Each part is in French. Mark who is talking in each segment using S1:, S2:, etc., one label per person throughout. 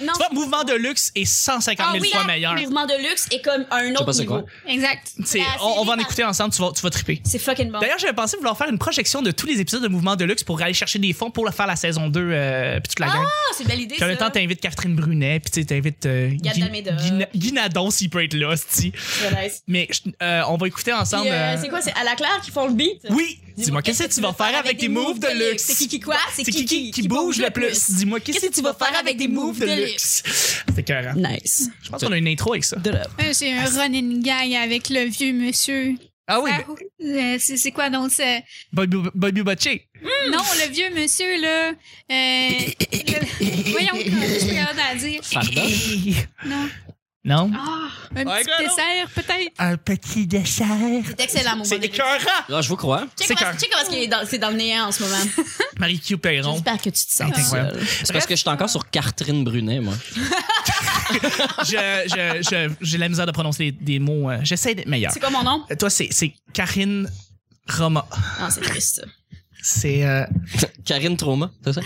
S1: Non.
S2: Tu vois, Mouvement de luxe est 150 000 fois meilleur.
S1: Le mouvement de luxe est comme un
S3: sais pas
S1: autre
S3: c'est
S1: niveau.
S3: quoi.
S4: Exact.
S2: C'est-
S1: La
S2: on, on va en
S1: série
S2: écouter ensemble, tu vas, tu vas triper.
S1: C'est fucking bon.
S2: D'ailleurs, j'avais pensé vouloir faire une projection de tous les épisodes de Mouvement de Luxe pour aller chercher des fonds pour faire la saison 2 euh, puis toute la gang.
S1: Ah, c'est une belle idée.
S2: Puis en même
S1: ça.
S2: temps, t'invites Catherine Brunet, puis tu sais, t'invites euh,
S1: Yann
S2: Guy-
S1: Almeida.
S2: Guina- Guinadon s'il peut être là, c'ti.
S1: Très nice.
S2: Mais je- euh, on va écouter
S1: Puis,
S2: ensemble.
S1: euh,
S2: euh,
S1: C'est quoi, c'est à la claire qui font le beat?
S2: Oui! Dis-moi, qu'est-ce que tu vas faire avec tes moves de luxe?
S1: C'est qui qui quoi?
S2: C'est qui qui, qui bouge le plus? Dis-moi, qu'est-ce que tu vas faire avec tes moves de luxe? C'est écœurant.
S1: Nice.
S2: Je pense qu'on a une intro avec ça.
S4: Euh, J'ai un running gag avec le vieux monsieur.
S2: Ah oui,
S4: Ah, euh, c'est c'est quoi donc? c'est-
S2: Bobby, Bobby Bocce.
S4: Non, le vieux monsieur, là. euh, le- Voyons, je suis capable à dire.
S3: Farda.
S4: Non.
S2: Non?
S4: Ah, un
S2: Ouais,
S4: petit
S2: gars, non.
S4: dessert, peut-être.
S2: Un petit dessert.
S1: C'est excellent, mon
S2: C'est
S1: Valérie.
S2: écœurant!
S3: Là, Ah, je vous crois.
S1: Check
S2: C'est
S1: comment-
S2: cœur.
S1: check comment est-ce qu'il est dans- c'est dans le néant en ce moment.
S2: Marie-Q Perron.
S1: J'espère que tu te
S2: Ah,
S1: sens
S2: t'es incroyable.
S1: seule.
S3: Euh, C'est parce que je suis encore sur Catherine Brunet, moi.
S2: J'ai je, je, j'ai la misère de prononcer des, des mots. euh, J'essaie d'être meilleur.
S1: C'est quoi mon nom?
S2: Euh, Toi, c'est c'est Karine Roma.
S1: Non, c'est triste.
S2: C'est. euh,
S3: Karine Trauma, c'est ça?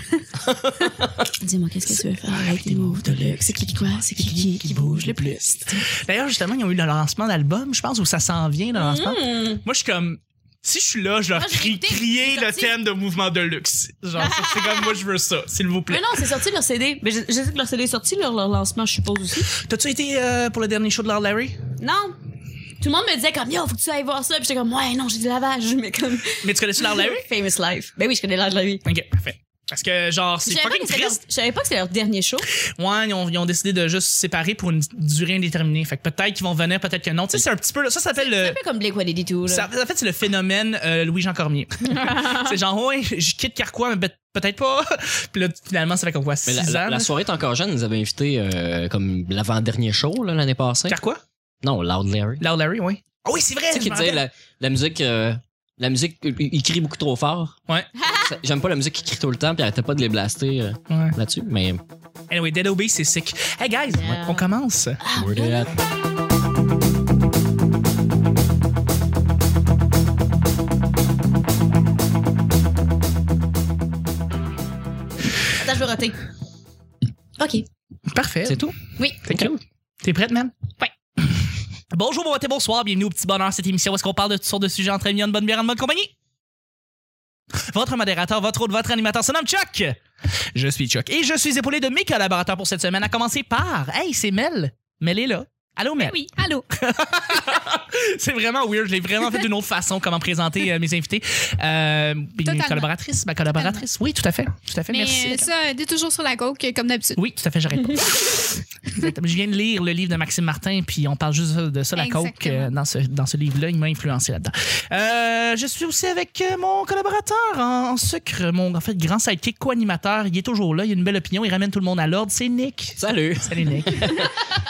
S1: Dis-moi, qu'est-ce que tu veux faire avec les moves de luxe? C'est qui qui quoi? C'est qui qui, qui bouge le plus?
S2: D'ailleurs, justement, ils ont eu le lancement d'album, je pense, où ça s'en vient, le lancement.
S1: Hmm.
S2: Moi, je suis comme. Si je suis là, je leur
S1: Ah, j'ai
S2: crie,
S1: écouté,
S2: crier
S1: c'est
S2: le
S1: sorti.
S2: thème de mouvement de luxe. Genre, c'est- c'est comme moi, je veux ça, s'il vous
S1: Mais
S2: plaît.
S1: non, c'est sorti leur CD. Mais je, je sais que leur CD est sorti, leur, leur lancement, je suppose aussi.
S2: T'as-tu été euh, pour le dernier show de Lord Larry?
S1: Non. Tout le monde me disait comme, yo, faut que tu ailles voir ça. Puis j'étais comme, ouais, non, j'ai du lavage. Mais comme.
S2: Mais tu connais-tu Lord Larry?
S1: Famous Life. Ben oui, je connais l'âge de la vie.
S2: Ok, parfait. Parce que, genre,
S1: Je
S2: c'est
S1: savais pas
S2: fucking
S1: que c'était leur-
S2: triste.
S1: je savais pas que c'était leur dernier show.
S2: Ouais, ils ont, ils ont décidé de juste se séparer pour une durée indéterminée. Fait que peut-être qu'ils vont venir, peut-être que non. Tu sais, c'est un petit peu. Ça, ça s'appelle
S1: C'est
S2: le.
S1: un peu comme Blake 182, là.
S2: Ça, en fait, c'est le phénomène euh, Louis-Jean Cormier. c'est genre, ouais, je quitte Carquois, mais peut- peut-être pas. Puis là, finalement, ça fait qu'on voit
S3: Mais
S2: six
S3: la,
S2: ans.
S3: la- la
S2: là.
S3: soirée est encore jeune. Ils nous avaient invités euh, comme l'avant-dernier show là, l'année passée.
S2: Carquois?
S3: Non, Loud Larry.
S2: Loud Larry, oui. Ah oui, c'est vrai!
S3: Tu sais
S2: je
S3: qu'il
S2: me
S3: disait
S2: rappelle.
S3: la, la musique. euh, la musique, il il crie beaucoup trop fort.
S2: Ouais.
S3: Ça- J'aime pas la musique qui crie tout le temps, puis il arrêtait pas de les blaster euh,
S2: Ouais.
S3: là-dessus. Mais.
S2: Anyway, Dead Obey, c'est sick. Hey guys,
S1: Yeah.
S2: on commence.
S1: Ah,
S3: Word it out.
S1: Attends, je vais roter. OK.
S2: Parfait.
S3: C'est tout?
S1: Oui.
S3: C'est cool.
S2: T'es prête, man?
S1: Ouais.
S2: Bonjour, bon matin, bonsoir. Bienvenue au Petit Bonheur, cette émission où est-ce qu'on parle de toutes sortes de sujets entre amis, en bonne bière, en bonne compagnie. Votre modérateur, votre autre, votre animateur se nomme Chuck. Je suis Chuck et je suis épaulé de mes collaborateurs pour cette semaine, à commencer par... Hey, c'est Mel. Mel est là. Allô, Mel.
S4: Oui, allô.
S2: C'est vraiment weird. Je l'ai vraiment fait d'une autre façon, comment présenter euh, mes invités. Euh, puis mes
S4: Totalement.
S2: collaboratrices, ma collaboratrice. Oui, tout à fait. Tout à fait.
S4: Mais
S2: Merci.
S4: euh, ça, t'es toujours sur la coke, comme d'habitude.
S2: Oui, tout à fait, j'arrête pas. Exactement. Je viens de lire le livre de Maxime Martin, puis on parle juste de ça, la
S4: Exactement.
S2: coke, euh, dans ce, dans ce livre-là. Il m'a influencé là-dedans. Euh, je suis aussi avec euh, mon collaborateur en, en sucre, mon en fait, grand sidekick co-animateur. Il est toujours là, il a une belle opinion, il ramène tout le monde à l'ordre. C'est Nick.
S3: Salut!
S2: Salut, Nick.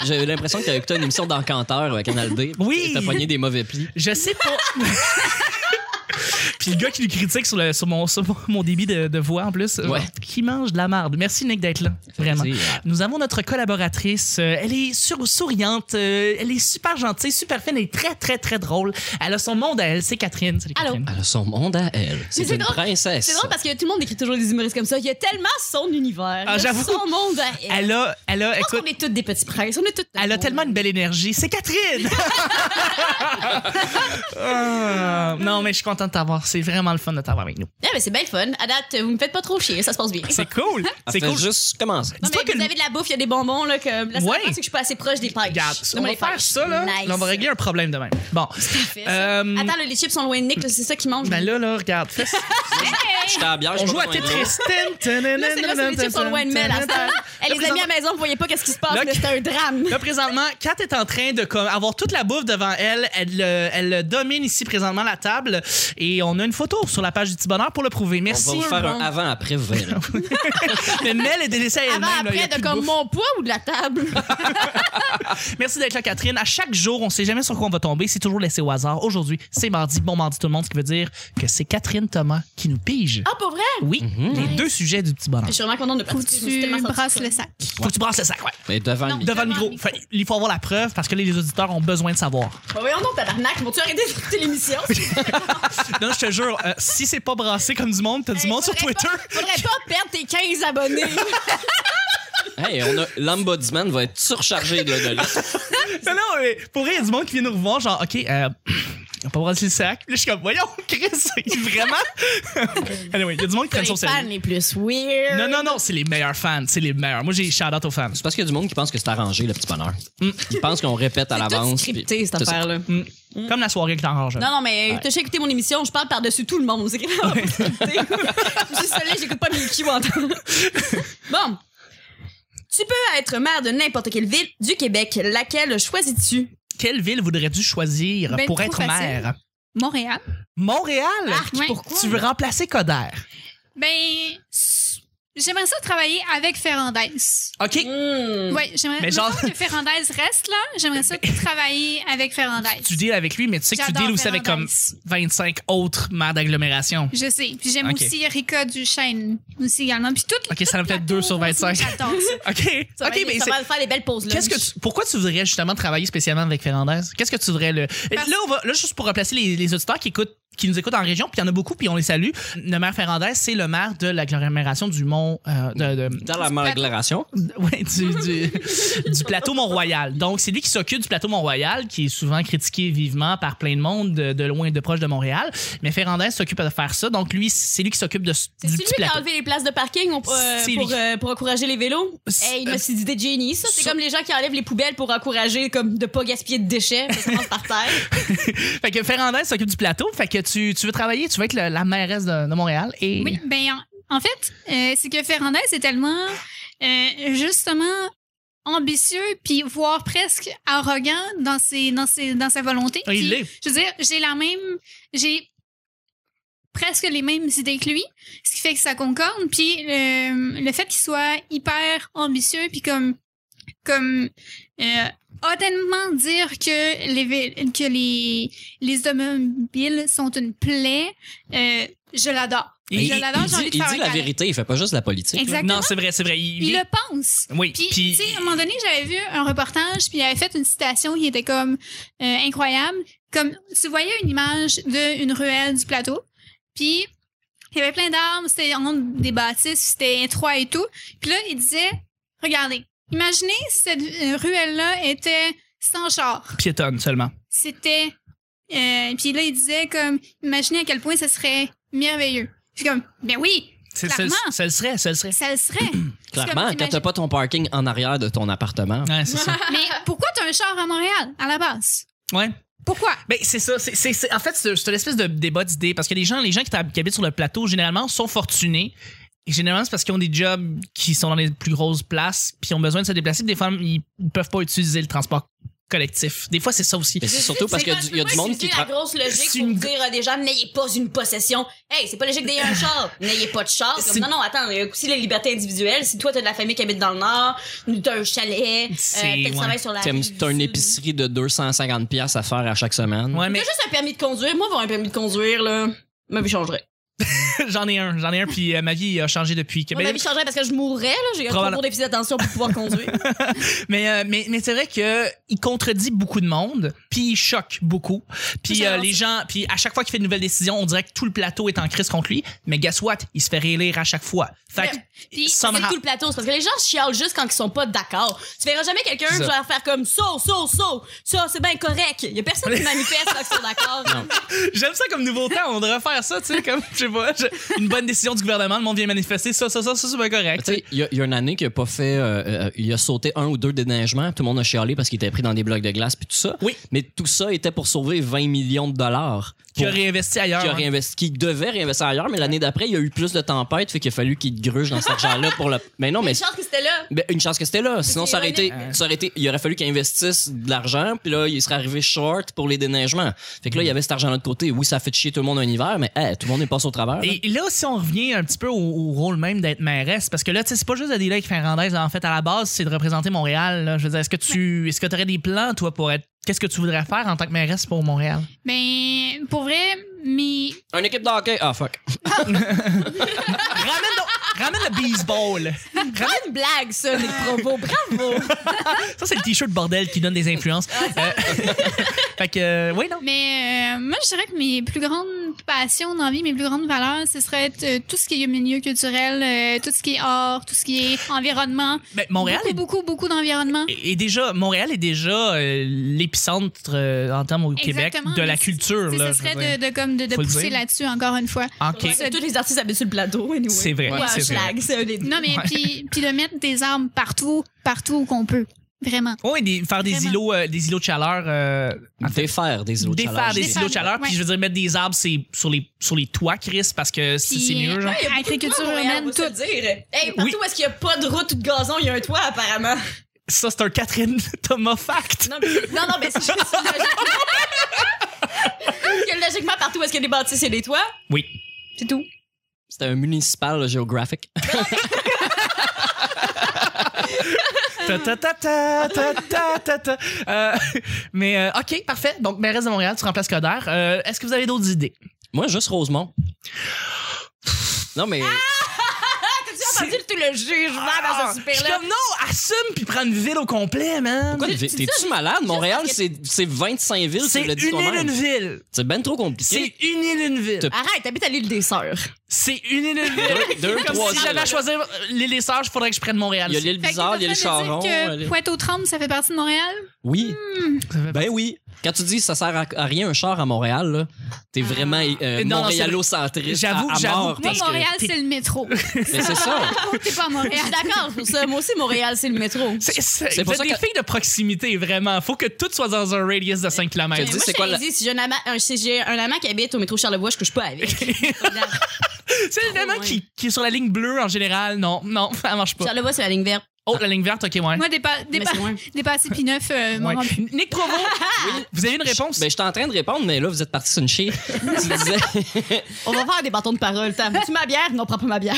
S3: J'ai eu l'impression que t'avais écouté une émission d'encanteur avec Canal D.
S2: Oui.
S3: T'as pogné des mauvais plis.
S2: Je sais pas. Puis le gars qui lui critique sur, le- sur mon, sur mon- mon débit de, de voix en plus, euh,
S3: Ouais.
S2: qui mange de la marde. Merci Nick d'être là, vraiment.
S3: plaisir.
S2: Nous avons notre collaboratrice. euh, elle est sur- souriante, euh, elle est super gentille, super fine, elle est très très très drôle. Elle a son monde à elle, c'est Catherine. Salut,
S1: Allô.
S2: Catherine.
S3: Elle a son monde à elle. C'est
S1: Mais c'est
S3: une
S1: drôle.
S3: princesse.
S1: C'est drôle parce que tout le monde écrit toujours des humoristes comme ça. Il y a tellement son univers.
S2: Ah,
S1: il y a
S2: j'avoue.
S1: Son monde à elle.
S2: Elle a, elle a,
S1: Je pense
S2: écoute,
S1: qu'on est toutes des petits princes. On est toutes.
S2: elle a tellement une belle énergie. C'est Catherine. Ah, non mais je suis contente de t'avoir. C'est vraiment le fun de t'avoir avec nous.
S1: Ah, mais c'est bien le fun. À date, vous me faites pas trop chier. Ça se passe bien.
S2: C'est cool.
S3: Elle
S2: C'est
S3: fait
S2: cool.
S3: juste commencer.
S1: Non,
S2: Dis-toi
S1: mais
S2: que
S1: vous
S2: le-
S1: avez de la bouffe, il y a des bonbons. Là, comme... La seule
S2: Ouais.
S1: affaire, c'est que je suis pas assez proche des pêches.
S2: Regarde,
S1: Non, mais
S2: on va
S1: les
S2: faire
S1: pêches,
S2: ça, là.
S1: nice.
S2: Là, on va régler un problème de même. Bon.
S1: Parfait, ça.
S2: Euh,
S1: Attends, là, les chips sont loin de Nick. là, C'est ça qu'ils mangent.
S2: Ben là, là, regarde. fais ça.
S3: J'étais à la bière, j'ai
S2: On
S3: Ah, pas
S2: joue à
S3: besoin de
S2: Tetris.
S1: Là, c'est là, c'est les chips sont loin de Mel. à ce temps-là. Elle les a mis à la maison, vous voyez pas qu'est-ce qui se passe.
S2: Là, Eh,
S1: là, C'était un drame.
S2: Là, présentement, Kat est en train de comme, avoir toute la bouffe devant elle. Elle, euh, elle domine ici présentement la table. Et on a une photo sur la page du petit bonheur pour le prouver.
S3: l'eau. On
S2: Merci.
S3: va vous faire un avant-après verre.
S2: Mais Mel est délaissée à elle-même.
S1: Avant,
S2: là, y a
S1: après,
S2: plus
S1: de
S2: de
S1: comme
S2: bouffe.
S1: mon poids ou de la table.
S2: Merci d'être là, Catherine. À chaque jour, on sait jamais sur quoi on va tomber. C'est toujours laissé au hasard. Aujourd'hui, c'est mardi. Bon mardi tout le monde, ce qui veut dire que c'est Catherine Thomas qui nous pige.
S1: Ah, pour vrai?
S2: Oui, les deux sujets du petit bonheur.
S1: Je suis vraiment contente de participer. je me suis
S4: Tu
S1: tellement sentie
S4: brasses
S1: seule.
S4: le sac.
S2: Faut que tu brasses le sac, ouais.
S3: Mais devant le micro.
S2: Devant le micro. Fait, il faut avoir la preuve parce que là, les auditeurs ont besoin de savoir.
S1: Bah voyons donc, tabarnak, vont-tu arrêter d'écouter l'émission?
S2: Non, je te jure, euh, si c'est pas brassé comme du monde, t'as du
S1: Hey,
S2: monde sur
S1: faudrait
S2: Twitter.
S1: Faudrait pas perdre tes 15 abonnés.
S3: Hey, on a- l'ombudsman va être surchargé de, de lutte.
S2: Non, non, mais pour vrai, il y a du monde qui vient nous revoir, genre, OK, euh, on peut brasser le sac. Puis là, je suis comme, voyons, Chris, vraiment? anyway, il y a du monde qui prend
S5: les
S2: son
S5: fans
S2: sérieux.
S5: les plus weird.
S2: Non, non, non, c'est les meilleurs fans. C'est les meilleurs. Moi, j'ai shout-out aux fans.
S3: C'est parce qu'il y a du monde qui pense que c'est arrangé, le petit bonheur. Ils pensent qu'on répète à
S1: C'est tout
S3: l'avance. puis-
S1: scripté, cette
S3: C'est ça.
S1: affaire-là.
S2: Mm. Comme la soirée que t'en
S1: Non, non, mais t'as juste écouté mon émission, je parle par-dessus tout le monde. C'est grave. je suis seule, j'écoute pas Milky Way. bon. Tu peux être maire de n'importe quelle ville du Québec. Laquelle choisis-tu?
S2: Quelle ville voudrais-tu choisir
S4: Ben,
S2: pour
S4: trop
S2: être
S4: facile.
S2: maire?
S4: Montréal.
S2: Montréal?
S4: Arc,
S2: Qui-
S4: ouais.
S2: pourquoi? Tu veux remplacer Coderre.
S4: Ben, s- j'aimerais ça travailler avec Ferrandez.
S2: OK.
S4: Ouais, j'aimerais.
S2: Hmm. Mais
S4: Mais
S2: genre-
S4: genre. que Ferrandez reste là, j'aimerais ça travailler avec Ferrandez.
S2: Tu deals avec lui, mais tu sais que tu
S4: J'adore
S2: deals aussi avec comme
S4: Ferrandez.
S2: 25 autres maires d'agglomération.
S4: Je sais. Puis j'aime
S2: Ok.
S4: aussi Erika Duchesne aussi également. Puis toutes.
S2: OK, ça en a peut-être deux sur 25.
S4: J'adore ça.
S2: OK.
S1: Ça va
S2: OK,
S1: être-
S2: mais
S1: ça
S2: c'est-
S1: va faire les belles pauses là.
S2: Qu'est-ce que tu- pourquoi tu voudrais justement travailler spécialement avec Fernandez? Qu'est-ce que tu voudrais le
S4: Parce-
S2: Là on va là juste pour replacer les, les auditeurs qui écoutent qui nous écoutent en région, puis il y en a beaucoup, puis on les salue. Le maire Fernandez, c'est le maire de l'agglomération du Mont euh, de, de-
S3: Dans la malaglaration,
S2: ouais, du, du- du plateau Mont-Royal. Donc, c'est lui qui s'occupe du plateau Mont-Royal, qui est souvent critiqué vivement par plein de monde de, de loin et de proche de Montréal. Mais Ferrandez s'occupe de faire ça. Donc, lui, c'est lui qui s'occupe de, ce-
S1: C'est
S2: du
S1: celui
S2: petit
S1: qui a
S2: plateau.
S1: enlevé les places de parking au- euh,
S2: C'est
S1: pour,
S2: lui.
S1: euh, pour encourager les vélos.
S2: C'est-
S1: Hey, une petite idée de génie, ça. C'est
S2: ça-
S1: comme les gens qui enlèvent les poubelles pour encourager comme de pas gaspiller de déchets. Ça commence par terre.
S2: Fait que Ferrandez s'occupe du plateau. Fait que tu, tu veux travailler, tu veux être le- la mairesse de, de Montréal. Et...
S4: Oui, ben, en, en fait, euh, c'est que Ferrandez est tellement, euh, justement, ambitieux, puis voire presque arrogant dans, ses, dans, ses, dans sa volonté.
S2: Et
S4: Puis,
S2: Ah, il l'est.
S4: Je veux dire, j'ai la même. J'ai presque les mêmes idées que lui, ce qui fait que ça concorde. Puis euh, le fait qu'il soit hyper ambitieux, puis comme. comme euh, hautement dire que les vil- que les les automobiles sont une plaie, euh, je l'adore.
S2: Et
S4: je
S2: il-
S4: l'adore, j'ai
S3: il
S4: envie de
S3: dit, il
S4: faire
S3: dit
S4: un
S3: la
S4: câlin.
S3: vérité, il fait pas juste de la politique.
S4: Exactement.
S2: Non, c'est vrai, c'est vrai. Il,
S4: il le pense.
S2: Oui,
S4: Puis,
S2: puis-
S4: tu sais, à un moment donné, j'avais vu un reportage, puis il avait fait une citation qui était comme euh, incroyable. Comme, tu voyais une image d'une ruelle du plateau, puis il y avait plein d'arbres, c'était en nombre des bâtisses, c'était étroit et tout. Puis là, il disait, regardez, imaginez si cette euh, ruelle-là était sans char.
S2: piétonne seulement.
S4: C'était... euh, puis là, il disait comme, imaginez à quel point ça serait merveilleux. Puis comme, ben oui,
S2: C'est- Ça,
S4: Clairement.
S2: ça le serait, ça le serait.
S4: ça le serait. C'est comme,
S3: Clairement, quand t'as
S4: t'imagines-
S3: pas ton parking en arrière de ton appartement,
S2: Ouais, c'est ça.
S4: Mais pourquoi t'as un char à Montréal, à la base?
S2: Ouais.
S4: Pourquoi?
S2: Ben, c'est ça. c'est- c'est- c'est- en fait, c'est c'est une espèce de débat d'idées parce que les gens, les gens qui, t'hab- qui habitent sur le plateau, généralement, sont fortunés. Et généralement, c'est parce qu'ils ont des jobs qui sont dans les plus grosses places puis ils ont besoin de se déplacer. Des fois, ils ne peuvent pas utiliser le transport collectif. Des fois, c'est ça aussi.
S3: mais c'est surtout parce qu'il y a du- il y a du monde qui
S1: C'est la
S3: tra-
S1: grosse logique
S2: C'est
S1: pour
S2: une-
S1: dire à des gens n'ayez pas une possession. Hey, c'est pas logique d'ayez un char. N'ayez pas de char. Comme,
S2: C'est-
S1: non, non, attends. Il y a aussi les libertés individuelles. Si toi, t'as de la famille qui habite dans le Nord, t'as un chalet, euh,
S2: C'est-
S1: t'as
S2: ouais.
S1: le travail sur la
S3: t'aimes-
S1: rive
S3: t'as une
S1: sud.
S3: épicerie de 250 pièces à faire à chaque semaine.
S2: Ouais, mais
S1: T'as juste un permis de conduire. Moi, avoir un permis de conduire, là, ma vie changerait.
S2: j'en ai un. J'en ai un, puis euh, ma vie a changé depuis. que-
S1: Moi, ma vie changerait parce que je mourrais, là. J'ai un
S2: Probable-
S1: trop gros déficit d'attention pour pouvoir conduire.
S2: Mais, euh, mais, mais c'est vrai que il contredit beaucoup de monde, puis il choque beaucoup. Puis
S1: Ça,
S2: euh,
S1: j'adore
S2: les gens, puis à chaque fois qu'il fait une nouvelle décision, on dirait que tout le plateau est en crise contre lui. Mais guess what? Il se fait réélire à chaque fois. Fait que,
S1: Ouais.
S4: Puis,
S1: C'est
S2: somehow-
S1: tout le plateau. C'est parce que les gens chialent juste quand ils sont pas d'accord. Tu verras jamais quelqu'un
S2: C'est ça.
S1: genre faire comme ça, ça, ça. Ça, c'est bien correct. Il y a personne qui manifeste quand ils sont d'accord.
S2: j'aime ça comme nouveau temps. On devrait faire ça, tu sais, comme, je sais pas, je- une bonne décision du gouvernement, le monde vient manifester, ça, ça, ça, ça, c'est pas correct.
S3: Tu sais, il y, a- il y a une année qu'il a pas fait. euh, euh, il a sauté un ou deux déneigements. Tout le monde a chialé parce qu'il était pris dans des blocs de glace puis tout ça.
S2: Oui.
S3: Mais tout ça était pour sauver 20 millions de dollars.
S2: Qui a
S3: pour-
S2: réinvesti ailleurs.
S3: qui, a
S2: hein.
S3: réinvesti- qui devait réinvestir ailleurs, mais l'année d'après, il y a eu plus de tempêtes, fait qu'il a fallu qu'il gruge dans cet argent-là pour le. Mais non, mais.
S1: Mais chance que c'était là.
S3: ben, une chance que c'était là. Sinon,
S1: c'est
S3: ça aurait, été,
S2: ironique.
S3: ça aurait été. Il aurait fallu qu'il investisse de l'argent, puis là, il serait arrivé short pour les déneigements. Fait que
S2: Mm.
S3: là, il y avait cet argent-là de côté. Oui, ça a fait chier tout le monde un hiver, mais hey, tout le monde est passé au travers. là.
S2: Et là, si on revient un petit peu au, au rôle même d'être mairesse, parce que là, tu sais, c'est pas juste de délai avec Ferrandez. En fait, à la base, c'est de représenter Montréal. là. Je veux dire, est-ce que tu est-ce que aurais des plans, toi, pour être. Qu'est-ce que tu voudrais faire en tant que mairesse pour Montréal?
S4: ben, pour vrai, mais
S3: Une équipe de hockey. Ah, fuck.
S2: ramène, donc- ramène le baseball.
S1: Pas une blague, ça, les propos. Bravo.
S2: Ça, c'est le t-shirt bordel qui donne des influences. Euh, fait que, euh, oui, non.
S4: mais euh, moi, je dirais que mes plus grandes passions dans la vie, mes plus grandes valeurs, ce serait être, euh, tout ce qui est milieu culturel, euh, tout ce qui est art, tout ce qui est environnement.
S2: Ben, Montréal
S4: beaucoup,
S2: est,
S4: beaucoup, beaucoup d'environnement.
S2: est- est déjà, Montréal est déjà euh, l'épicentre euh, en termes au Québec
S4: Exactement,
S2: de la
S4: mais c'est-
S2: culture.
S4: Tu sais,
S2: là,
S4: Ce
S2: je veux
S4: serait
S2: dire.
S4: de, de comme de, de
S2: Faut le
S4: pousser
S2: dire.
S4: là-dessus encore une fois.
S2: Ok.
S1: Ouais, Tous les artistes habitent sur le plateau, anyway.
S2: C'est vrai,
S1: Ouais,
S2: c'est vrai.
S1: schlag, c'est un des deux.
S4: Non, mais
S2: Ouais.
S4: puis, puis de mettre des arbres partout, partout où qu'on peut. Vraiment.
S2: Oui, Oh, des- faire des
S4: Vraiment.
S2: îlots, euh, des îlots de chaleur. euh, en fait,
S3: Défaire des îlots de
S2: défaire
S3: chaleur.
S2: des
S4: Défaire,
S2: îlots de chaleur. Puis
S4: ouais.
S2: je veux dire, mettre des arbres c'est sur, les, sur les toits, Chris, parce que c'est
S4: Puis, euh,
S2: c'est mieux. Genre.
S4: ouais, agriculture urbaine, tout.
S1: dire. Hey, partout
S2: Oui.
S1: où est-ce qu'il n'y a pas de route ou de gazon, il y a un toit, apparemment.
S2: Ça, c'est un Catherine Thomas fact.
S1: Non, mais, non, non, mais c'est juste logiquement... que logiquement, partout où est-ce qu'il y a des bâtisses et des toits,
S2: Oui.
S1: c'est tout.
S3: C'était un municipal géographique.
S2: Ta, ta, ta, ta, ta, ta, ta, ta. Euh, mais euh, OK, parfait. Donc, mairesse de Montréal, tu remplaces Coder. Euh, Est-ce que vous avez d'autres idées?
S3: Moi, juste Rosemont. Non, mais
S4: Ah,
S1: Tu as entendu tout le jugement dans ce
S2: Ah, je suis
S1: super-là?
S2: comme, non, assume puis prends une ville au complet, man.
S3: pourquoi t'es- t'es-tu malade? Montréal, c'est c'est 25 villes,
S2: C'est
S3: tu l'as
S2: une
S3: dit
S2: île,
S3: toi-même.
S2: une ville.
S3: C'est ben trop
S2: C'est
S3: compliqué.
S2: une île, une ville.
S3: Te-
S1: Arrête, t'habites à l'île des Sœurs.
S2: C'est une île, une ville.
S3: Deux, deux,
S2: Comme
S3: trois
S2: si j'avais à
S3: îles.
S2: choisir euh, l'île des Sœurs, il faudrait que je prenne Montréal.
S3: Il y a l'île
S4: Fait que
S3: Bizarre, il y a
S4: t'es
S3: le
S4: en train de
S3: Charon.
S4: dire
S3: elle
S4: que
S3: est-
S4: Pointe-aux-Trembles, ça fait partie de Montréal?
S3: Oui.
S2: Ça fait-
S3: Ben oui. Quand tu dis ça sert à, à rien un char à Montréal, là, t'es vraiment
S4: Ah.
S3: euh,
S2: Non, non, c'est vrai.
S3: montréalocentriste.
S2: J'avoue,
S3: à- à
S2: j'avoue.
S3: mort,
S4: Moi,
S3: parce que-
S4: Montréal,
S2: t'es-
S4: c'est le métro.
S3: Mais c'est ça.
S4: T'es pas à
S1: Je
S4: Montréal.
S1: suis d'accord pour ça. Moi aussi, Montréal, c'est le métro.
S2: C'est- C'est
S3: C'est
S2: vous
S3: pour
S2: êtes
S3: ça
S2: des
S3: que-
S2: filles de proximité, vraiment. Faut que tout soit dans un radius de 5 km.
S3: Je te dis,
S1: Moi,
S3: c'est
S1: je
S3: quoi
S1: t'avais
S3: la-
S1: dit, si j'ai un, ama- un- si j'ai un amant qui habite au métro Charlevoix, je couche pas avec.
S2: C'est évidemment
S1: loin.
S2: qui, qui est sur la ligne bleue en général. Non, non, ça marche pas.
S1: Charlevoix, c'est la ligne verte.
S2: Oh, la ligne verte, ok, ouais.
S4: Moi, dépa-
S1: Mais
S4: dépa-
S1: c'est loin.
S4: dépasser P9, euh, mon
S2: Ouais.
S4: rempli.
S2: Nick Provo, vous avez une réponse?
S3: Ben, j'étais en train de répondre, mais là, vous êtes parti sur une chire. tu disais,
S1: On va faire des bâtons de parole. T'as tu ma bière? Non, prends pas ma bière.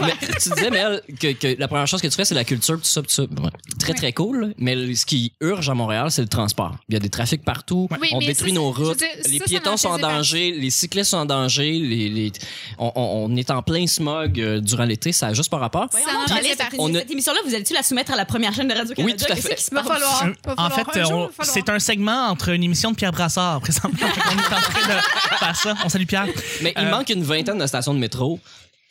S3: mais- tu disais mais elle, que, que la première chose que tu fais, c'est la culture, tout ça, tout ça. Ouais. Très, très cool. Mais le- ce qui urge à Montréal, c'est le transport. Il y a des trafics partout.
S4: Oui,
S3: on
S4: mais
S3: détruit
S4: ça,
S3: nos
S4: ça- je veux
S3: routes.
S4: dire, ça,
S3: les
S4: ça
S3: piétons
S4: m'en
S3: sont en
S4: faisait
S3: danger. Les cyclistes sont en danger. Les, les- on, on- on est en plein smog euh, durant l'été. Ça n'a juste pas rapport.
S4: Ouais.
S1: Voyons donc,
S4: Ça en
S1: Alice,
S4: faisait
S1: cette,
S4: partie.
S1: cette émission-là, vous allez-tu la soumettre à la première chaîne de Radio-Canada?
S3: Oui, tout à fait.
S1: Qu'est-ce qui se
S4: Va
S1: passe?
S4: falloir. va
S2: en
S4: falloir.
S2: fait,
S4: Un
S2: euh,
S4: jour,
S2: on-
S4: va falloir.
S2: c'est un segment entre une émission de Pierre Brassard, présentement. on est en train de faire ça. On salue Pierre.
S3: Mais il
S2: Euh,
S3: manque une vingtaine de stations de métro.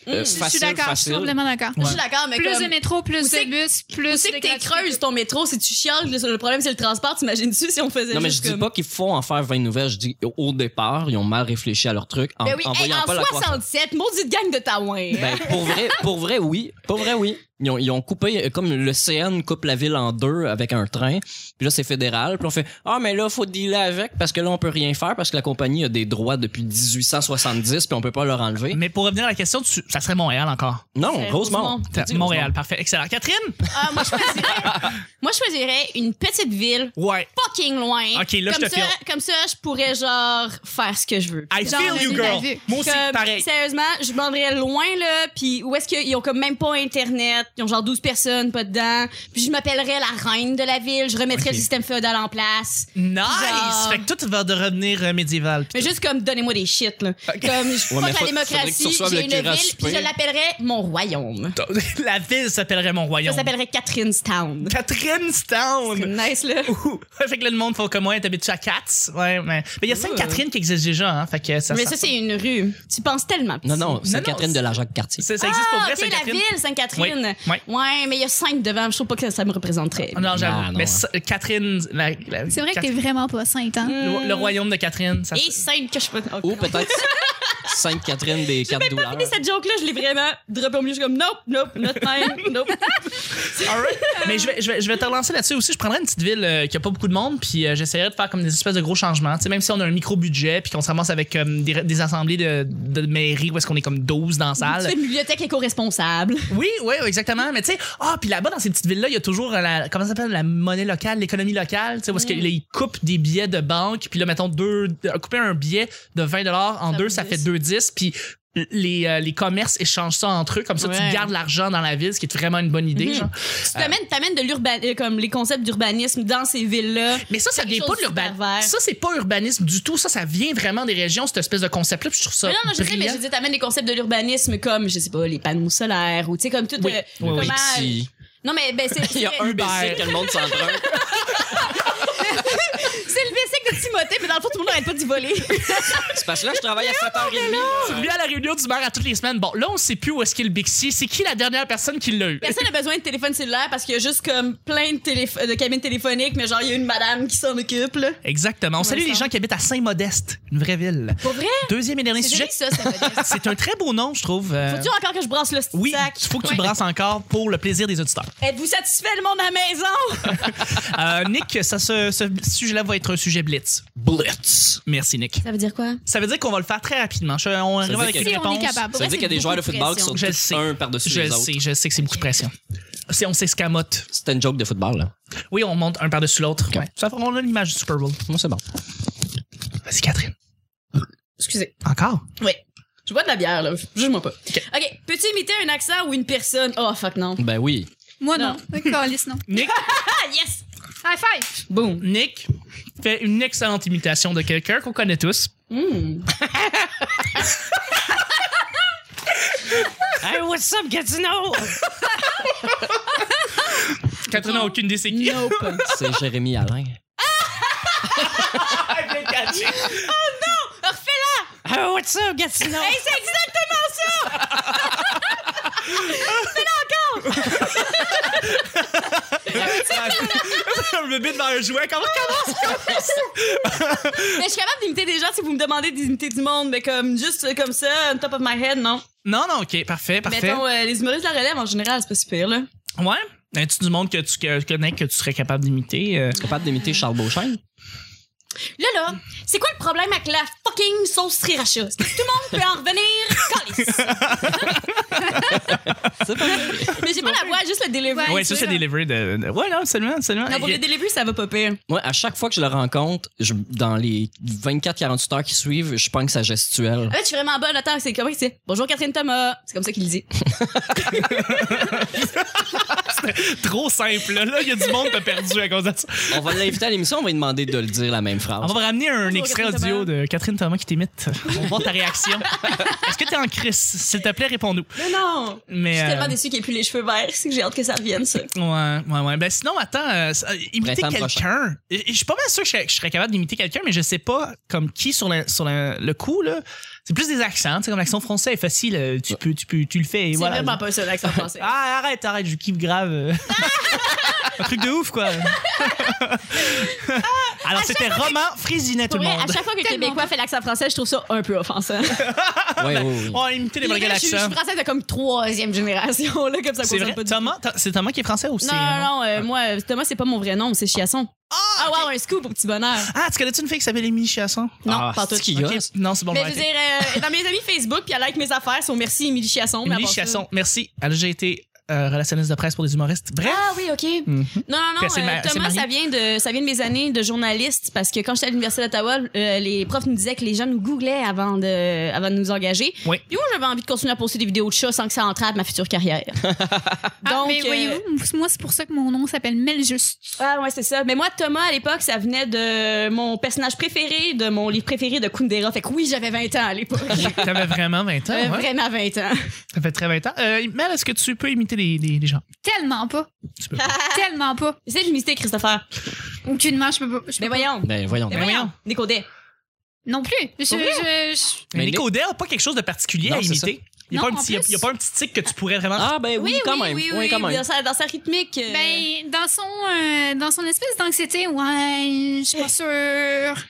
S3: Euh,
S1: Mm, je suis
S4: Mmh, Je suis
S3: facile,
S4: d'accord, je suis
S3: facile.
S4: complètement d'accord.
S1: Je suis d'accord, mais
S4: Plus
S1: comme...
S4: de métro,
S1: Où
S4: plus
S1: c'est
S4: de
S1: que-
S4: bus,
S1: Où
S4: plus
S1: c'est
S4: de
S1: que t'es
S4: gratuité.
S1: creuse ton métro si tu chiales? Le le problème, c'est le transport. T'imagines-tu si on faisait
S3: Non, mais je
S1: juste
S3: dis
S1: comme-
S3: pas qu'il faut en faire 20 nouvelles. Je dis au départ, ils ont mal réfléchi à leur truc en,
S1: Ben oui,
S3: en
S1: hey,
S3: voyant
S1: en
S3: pas la croissance.
S1: 67, maudite gang de Taouin.
S3: Ben, pour vrai, pour vrai, oui. Pour vrai, oui. Ils ont, ils ont coupé, euh, comme le CN coupe la ville en deux avec un train. Puis là, c'est fédéral. Puis on fait, ah, mais là, faut dealer avec parce que là, on peut rien faire parce que la compagnie a des droits depuis 1870 puis on peut pas leur enlever.
S2: Mais pour revenir à la question, tu- ça serait Montréal encore.
S3: Non,
S1: C'est
S3: Rosemont.
S1: Rosemont.
S3: T'as dit
S2: Montréal, parfait. Excellent. Catherine?
S1: Ah, moi, je choisirais, moi, je choisirais une petite ville
S2: Ouais.
S1: fucking loin.
S2: Ok, là, je
S1: comme
S2: te
S1: ça,
S2: feel.
S1: comme ça, je pourrais, genre, faire ce que je veux.
S2: I
S1: Genre,
S2: feel you,
S4: on a vu.
S2: girl. Moi aussi,
S1: comme,
S2: pareil.
S1: Sérieusement, je m'endrais loin, là, puis où est-ce qu'ils ont comme même pas Internet, ils ont genre 12 personnes, pas dedans, puis je m'appellerais la reine de la ville, je remettrais
S2: Ok.
S1: le système féodal en place.
S2: Nice!
S1: Genre-
S2: Fait que tout va de revenir euh, médiéval.
S1: Mais juste comme, donnez-moi des shit, là. Comme, je
S3: Ouais, mais
S1: fuck
S3: faut-
S1: la
S3: faudrait que tu
S1: démocratie,
S3: reçoives le
S1: j'ai une
S3: curé à
S1: ville, puis
S3: souper.
S1: je l'appellerais mon royaume.
S2: La ville s'appellerait
S1: Ça
S2: Mont-Royaume.
S1: s'appellerait Catherine's Town.
S2: Catherine Stone!
S1: C'est nice, là.
S2: Ouh. fait que là, le monde, faut comme moi, t'habites tu à Katz. Ouais, mais mais il y a Sainte-Catherine qui existe déjà, hein. Fait que ça.
S1: Mais ça, c'est une rue. Tu penses tellement. petit.
S3: Non, non, c'est
S2: non,
S3: Catherine de la Jacques-Cartier.
S2: ça, ça existe pour
S1: Ah,
S2: vrai,
S1: ok, la
S2: Sainte-Catherine.
S1: ville, Sainte-Catherine.
S2: Oui,
S1: Ouais, mais il y a cinq devant. Je trouve pas que ça, ça me représenterait.
S2: Ah, Non, j'avoue.
S3: Ah, non,
S2: mais
S3: hein.
S2: ça- Catherine. la- la-
S4: C'est vrai que t'es
S2: Catherine-
S4: vraiment pas sainte, hein?
S2: le, le royaume de Catherine. Ça,
S1: Et cinq que je peux. Oh,
S3: Ou peut-être Sainte-Catherine des Quatre
S1: J'ai pas
S3: Douleurs.
S1: fini cette joke-là, je l'ai vraiment droppé au milieu. Je suis comme, nope, nope, not mine, nope.
S2: All right. Mais je vais, je, vais, je vais te relancer là-dessus aussi. Je prendrais une petite ville euh, qui a pas beaucoup de monde, puis euh, j'essaierais de faire comme des espèces de gros changements. Tu sais, même si on a un micro-budget, puis qu'on se ramasse avec comme, des, des assemblées de, de mairies où est-ce qu'on est comme 12 dans la
S1: Tu
S2: salle.
S1: fais une bibliothèque éco-responsable.
S2: Oui, oui, oui, exactement. Mais tu sais, ah, puis là-bas, dans ces petites villes-là, il y a toujours la, comment ça s'appelle, la monnaie locale, l'économie locale, tu sais,
S1: Mm.
S2: parce qu'ils coupent des billets de banque, puis là, mettons, deux, de- couper un billet de 20 en
S1: Ça
S2: deux,
S1: fait
S2: ça fait
S1: 10.
S2: 2,10, puis les, euh, les commerces échangent ça entre eux, comme ça,
S1: Ouais.
S2: tu gardes l'argent dans la ville, ce qui est vraiment une bonne idée,
S1: Mhm.
S2: genre.
S1: Tu
S3: Ah.
S1: t'amènes, t'amènes de l'urban, euh, comme les concepts d'urbanisme dans ces villes-là.
S2: Mais ça, ça
S1: Quelque
S2: vient pas
S1: chose
S2: de l'urbanisme.
S1: d'hyper vert.
S2: Ça, c'est pas urbanisme du tout. Ça, ça vient vraiment des régions, cette espèce de concept-là, puis je trouve ça.
S1: Mais non, non, je sais, mais
S2: brillant.
S1: je dis, t'amènes les concepts de l'urbanisme comme, je sais pas, les panneaux solaires ou, tu sais, comme tout.
S2: Oui.
S1: euh,
S2: Oui, oui.
S1: comment-
S3: Pepsi.
S1: Non, mais ben, c'est.
S3: Il y a
S1: c'est-
S3: un
S2: Uber.
S3: bicycle que le monde s'emprunte.
S1: C'est le bicycle de Tim voter, mais dans le fond, tout le monde n'arrête pas d'y voler.
S3: C'est parce que là, je travaille à 7h30.
S2: Tu reviens à la réunion du maire à toutes les semaines. Bon, là, on sait plus où est-ce qu'il est le Bixi. C'est qui la dernière personne qui l'a eu?
S1: Personne n'a besoin de téléphone cellulaire parce qu'il y a juste comme plein de, téléph- de cabines téléphoniques, mais genre, il y a une madame qui s'en occupe, là.
S2: Exactement. On salue
S1: ça.
S2: les gens qui habitent à Saint-Modeste, une vraie ville.
S1: Pour vrai?
S2: Deuxième et dernier
S1: C'est
S2: sujet.
S1: juste ça, ça va dire.
S2: C'est un très beau nom, je trouve. euh,
S1: Faut-tu encore que je brasse le
S2: Oui,
S1: sac?
S2: il faut que tu brasses encore pour le plaisir des auditeurs.
S1: Êtes-vous satisfait, le monde à la maison?
S2: Euh, Nick, ça, se- ce sujet-là va être un sujet blitz.
S3: Blitz.
S2: Merci, Nick.
S5: Ça veut dire quoi?
S2: Ça veut dire qu'on va le faire très rapidement. Je- on arrive
S3: veut
S2: avec
S3: dire
S2: une
S3: que-
S4: Si on est
S2: réponse.
S4: capable. Pour
S3: Ça veut
S4: vrai,
S3: dire qu'il y a
S4: c'est
S3: des joueurs de
S4: beaucoup
S3: football qui
S4: pression.
S3: sont
S2: Je le
S3: tous
S2: sais.
S3: un par-dessus
S2: Je
S3: les
S2: le
S3: autres.
S2: sais, je sais que c'est beaucoup de pression. C'est, on s'escamote.
S3: C'était une joke de football, là.
S2: Oui, on monte un par-dessus l'autre. Ouais. Ça, on a l'image du Super Bowl.
S3: Bon, c'est bon.
S2: Vas-y, Catherine.
S1: Excusez.
S2: Encore?
S1: Oui. Je bois de la bière, là. Juge-moi pas. OK. Peux-tu imiter un accent ou une personne? Oh, fuck, non.
S3: Ben oui.
S4: Moi, non. Calice, non.
S2: Nick,
S1: Ah, yes!
S4: High five!
S1: Boom.
S2: Nick fait une excellente imitation de quelqu'un qu'on connaît tous.
S1: Mm.
S3: Hey, what's up, Gatineau?
S2: Catherine n'a aucune idée c'est qui.
S1: Nope.
S3: C'est Jérémy Alain.
S1: Oh, Refais-la!
S3: Hey, what's up, Gatineau?
S1: Hey, c'est exactement ça!
S2: un bébé devant un jouet. Comment,
S1: Mais je suis capable d'imiter des gens si vous me demandez d'imiter du monde, mais comme juste euh, comme ça, on top of my head, non?
S2: Non, non, ok, parfait, parfait.
S1: Mettons, euh, les humoristes de la relève en général, c'est pas super, là.
S2: Ouais. As-tu du monde que tu que- connais que tu serais capable d'imiter? euh?
S3: Capable d'imiter Charles Beauchamp?
S1: Là, là, c'est quoi le problème avec la fucking sauce sriracha? Est-ce que tout le monde peut en revenir? Calice!
S3: C'est pas vrai.
S1: mais j'ai pas la voix, juste le delivery.
S2: Ouais, ça, c'est delivery de, de- Ouais, non, absolument, absolument.
S1: Non, pour le delivery, ça va pas pire.
S3: Moi, à chaque fois que je le rencontre, je- dans les 24-48 heures qui suivent, je pense que sa
S1: En fait, Ah
S3: gestuelle.
S1: ben, je suis vraiment bonne. Attends, c'est comment il dit? Bonjour Catherine Thomas. C'est comme ça qu'il le dit.
S2: Trop simple, là. Là, il y a du monde qui a perdu à cause de ça.
S3: On va l'inviter à l'émission, on va lui demander de le dire la même
S2: On
S3: phrase.
S2: va vous ramener un
S1: Bonjour,
S2: extrait
S1: Catherine
S2: audio de Catherine Thomas qui t'imite. On va voir ta réaction. Est-ce que t'es en crise? S'il te plaît, réponds-nous.
S1: Mais non! Je
S2: Mais.
S1: suis
S2: euh,
S1: tellement déçue qu'il ait plus les cheveux verts, c'est que j'ai hâte que ça revienne, ça.
S2: Ouais, ouais, ouais. Ben sinon, attends, euh, ça- euh, imiter
S3: Printemps
S2: quelqu'un. Et- et Je suis pas mal sûr que je serais, je serais capable d'imiter quelqu'un, mais je sais pas comme qui sur le, sur le, le coup, là. C'est plus des accents, tu sais, comme l'accent français est facile, euh, tu peux, tu peux, tu le fais et
S1: C'est
S2: voilà.
S1: vraiment pas ça l'accent français.
S2: Ah, arrête, arrête, je kiffe grave. euh. Un truc de ouf, quoi. Alors, c'était Roman Frisinet, tout
S1: Pour
S2: le
S1: vrai, à
S2: monde.
S1: chaque fois que le
S4: Tellement
S1: Québécois fait l'accent français, je trouve ça un peu offensant.
S3: Ouais, ouais, ouais.
S2: On a Oh, imité les
S1: Puis
S2: blagues
S1: là,
S2: à
S1: je, suis- je
S2: l'accent.
S1: suis française de comme troisième génération, là, comme ça
S2: C'est
S1: concerne
S2: vrai?
S1: pas du
S2: Thomas, t'as- c'est Thomas qui est français aussi.
S1: Non,
S2: hein,
S1: non, non, euh, moi, Thomas, c'est pas mon vrai nom, c'est Chiasson. Ah, wow, un scoop au petit bonheur.
S2: Ah, tu connais-tu une fille qui s'appelle Émilie Chiasson?
S1: Non,
S3: Ah,
S1: pas tout.
S3: c'est qui,
S2: Ok,
S3: gosse.
S2: Non, c'est bon.
S1: Mais
S2: on
S1: je
S2: va
S1: veux
S2: arrêter.
S1: dire, euh, dans mes amis Facebook, puis elle like mes affaires, sont merci Émilie Chiasson. mais à
S2: Émilie
S1: part ça-
S2: Chasson, merci. Elle a déjà été euh, relationniste de presse pour des humoristes. Mhm. Bref.
S1: Ah oui, OK. Non, non, non.
S2: Puis elle s'est
S1: euh,
S2: ma- elle s'est
S1: Thomas,
S2: mariée.
S1: ça vient, de, ça vient de mes années de journaliste parce que quand j'étais à l'Université d'Ottawa, euh, les profs nous disaient que les gens nous googlaient avant de, avant de nous engager.
S2: Oui.
S1: Puis moi, j'avais envie de continuer à poster des vidéos de chats sans que ça entrave ma future carrière.
S4: Ah,
S1: Donc,
S4: mais
S1: euh,
S4: voyez-vous, moi, c'est pour ça que mon nom s'appelle Meljus.
S1: Ah ouais, c'est ça. Mais moi, Thomas, à l'époque, ça venait de mon personnage préféré, de mon livre préféré de Kundera. Fait que oui, j'avais 20 ans à l'époque.
S2: T'avais vraiment 20 ans,
S1: Euh,
S2: ouais.
S1: Vraiment 20 ans.
S2: Ça fait très 20 ans. Euh, Mel, est-ce que tu peux imiter des, des, des gens?
S4: Tellement pas.
S2: Tu peux.
S4: Ah. Tellement pas.
S1: Essaye de l'imiter, Christopher.
S4: Aucunement, je peux pas. je
S1: Mais
S4: peux pas.
S1: voyons.
S3: Ben voyons.
S2: Eh
S1: Mais
S3: donc.
S1: voyons. Décoder.
S4: Non plus. Je,
S1: Pour
S4: je- je-
S2: Mais
S3: Mais
S2: Nick O'Dell, pas quelque chose de particulier
S3: Non,
S2: à
S3: c'est
S2: imiter. Il n'y a,
S4: Non,
S2: pas un
S4: en
S2: petit- il y a-
S4: plus.
S2: il y a pas un petit tic que tu pourrais vraiment.
S3: Ah, ben oui, quand même.
S1: Oui, oui,
S3: quand même.
S1: Dans, sa, dans sa rythmique. euh,
S4: Ben, dans son, euh, dans son espèce d'anxiété, ouais, je suis pas sûre.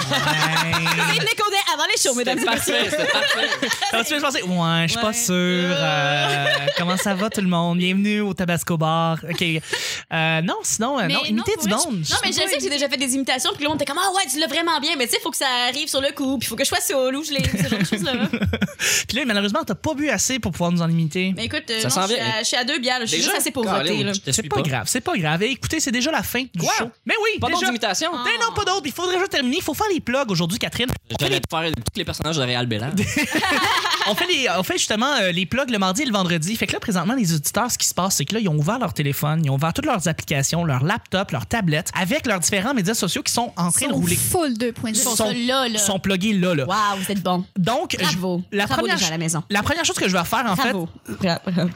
S1: c'est Décoder avant les shows, mesdames et messieurs.
S3: Parfait, c'est parfait.
S2: Alors, tu veux penser, ouais, je suis pas
S1: Ouais.
S2: sûre. euh, comment ça va tout le monde? Bienvenue au Tabasco Bar. OK. Euh, non, sinon, euh,
S4: Mais
S2: non,
S4: non,
S2: imiter
S4: pour
S2: du
S4: vrai,
S2: monde.
S1: Non, mais je sais que j'ai déjà fait des imitations, puis le monde était comme Ah ouais, tu l'as vraiment bien, mais tu sais, faut que ça arrive sur le coup, puis faut que je sois solo, ou je l'ai, ce genre de choses-là.
S2: Puis là, malheureusement, t'as pas bu assez pour pouvoir nous en imiter.
S1: Mais écoute, euh,
S3: Ça
S1: non,
S3: s'en
S1: je, suis
S3: vient.
S1: à, je suis à deux bières, là, je suis juste assez pour voter. là.
S3: Je te
S2: C'est
S3: suis
S2: pas,
S3: pas.
S2: grave, c'est pas grave. Et écoutez, c'est déjà la fin du
S3: Quoi?
S2: show. Mais oui,
S3: Pas
S2: déjà.
S3: d'autres imitations?
S1: Ah.
S2: Mais non, pas d'autres. Il faudrait juste terminer. Il faut faire les plugs aujourd'hui, Catherine.
S3: J'allais te faire tous les personnages de Réal Bellard.
S2: on fait les- on fait justement euh, les plugs le mardi et le vendredi. Fait que là, présentement, les auditeurs, ce qui se passe, c'est que là, ils ont ouvert leur téléphone, ils ont ouvert toutes leurs applications, leurs laptops, leurs tablettes, avec leurs différents médias sociaux qui sont en train de
S4: Son
S2: rouler.
S4: full 2.0.
S2: Son-
S1: ça là, là.
S2: sont plugués là, là.
S1: Waouh, vous êtes bon.
S2: Donc,
S1: Bravo.
S2: je- la,
S1: Bravo
S2: première,
S1: déjà à la maison.
S2: la première chose que je vais faire, en
S1: Bravo. Bravo.
S2: fait,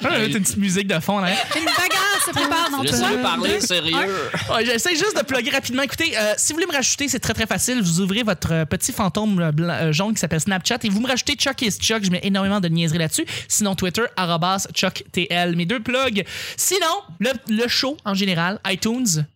S2: Pourquoi on a Ah, une petite musique de fond là? hein?
S4: Une bagarre se prépare dans
S3: Laisse-le
S4: toi.
S3: parler sérieux.
S2: Ouais, Ah, J'essaie juste de plugger rapidement. Écoutez, euh, si vous voulez me rajouter, c'est très très facile. Vous ouvrez votre euh, petit fantôme euh, blanc- euh, jaune qui s'appelle Snapchat et vous me rajoutez Chuck is Chuck. Je mets énormément de niaiseries là-dessus. Sinon, Twitter, arrobas ChuckTL. Mes deux plugs. Sinon, le, le show en général, iTunes,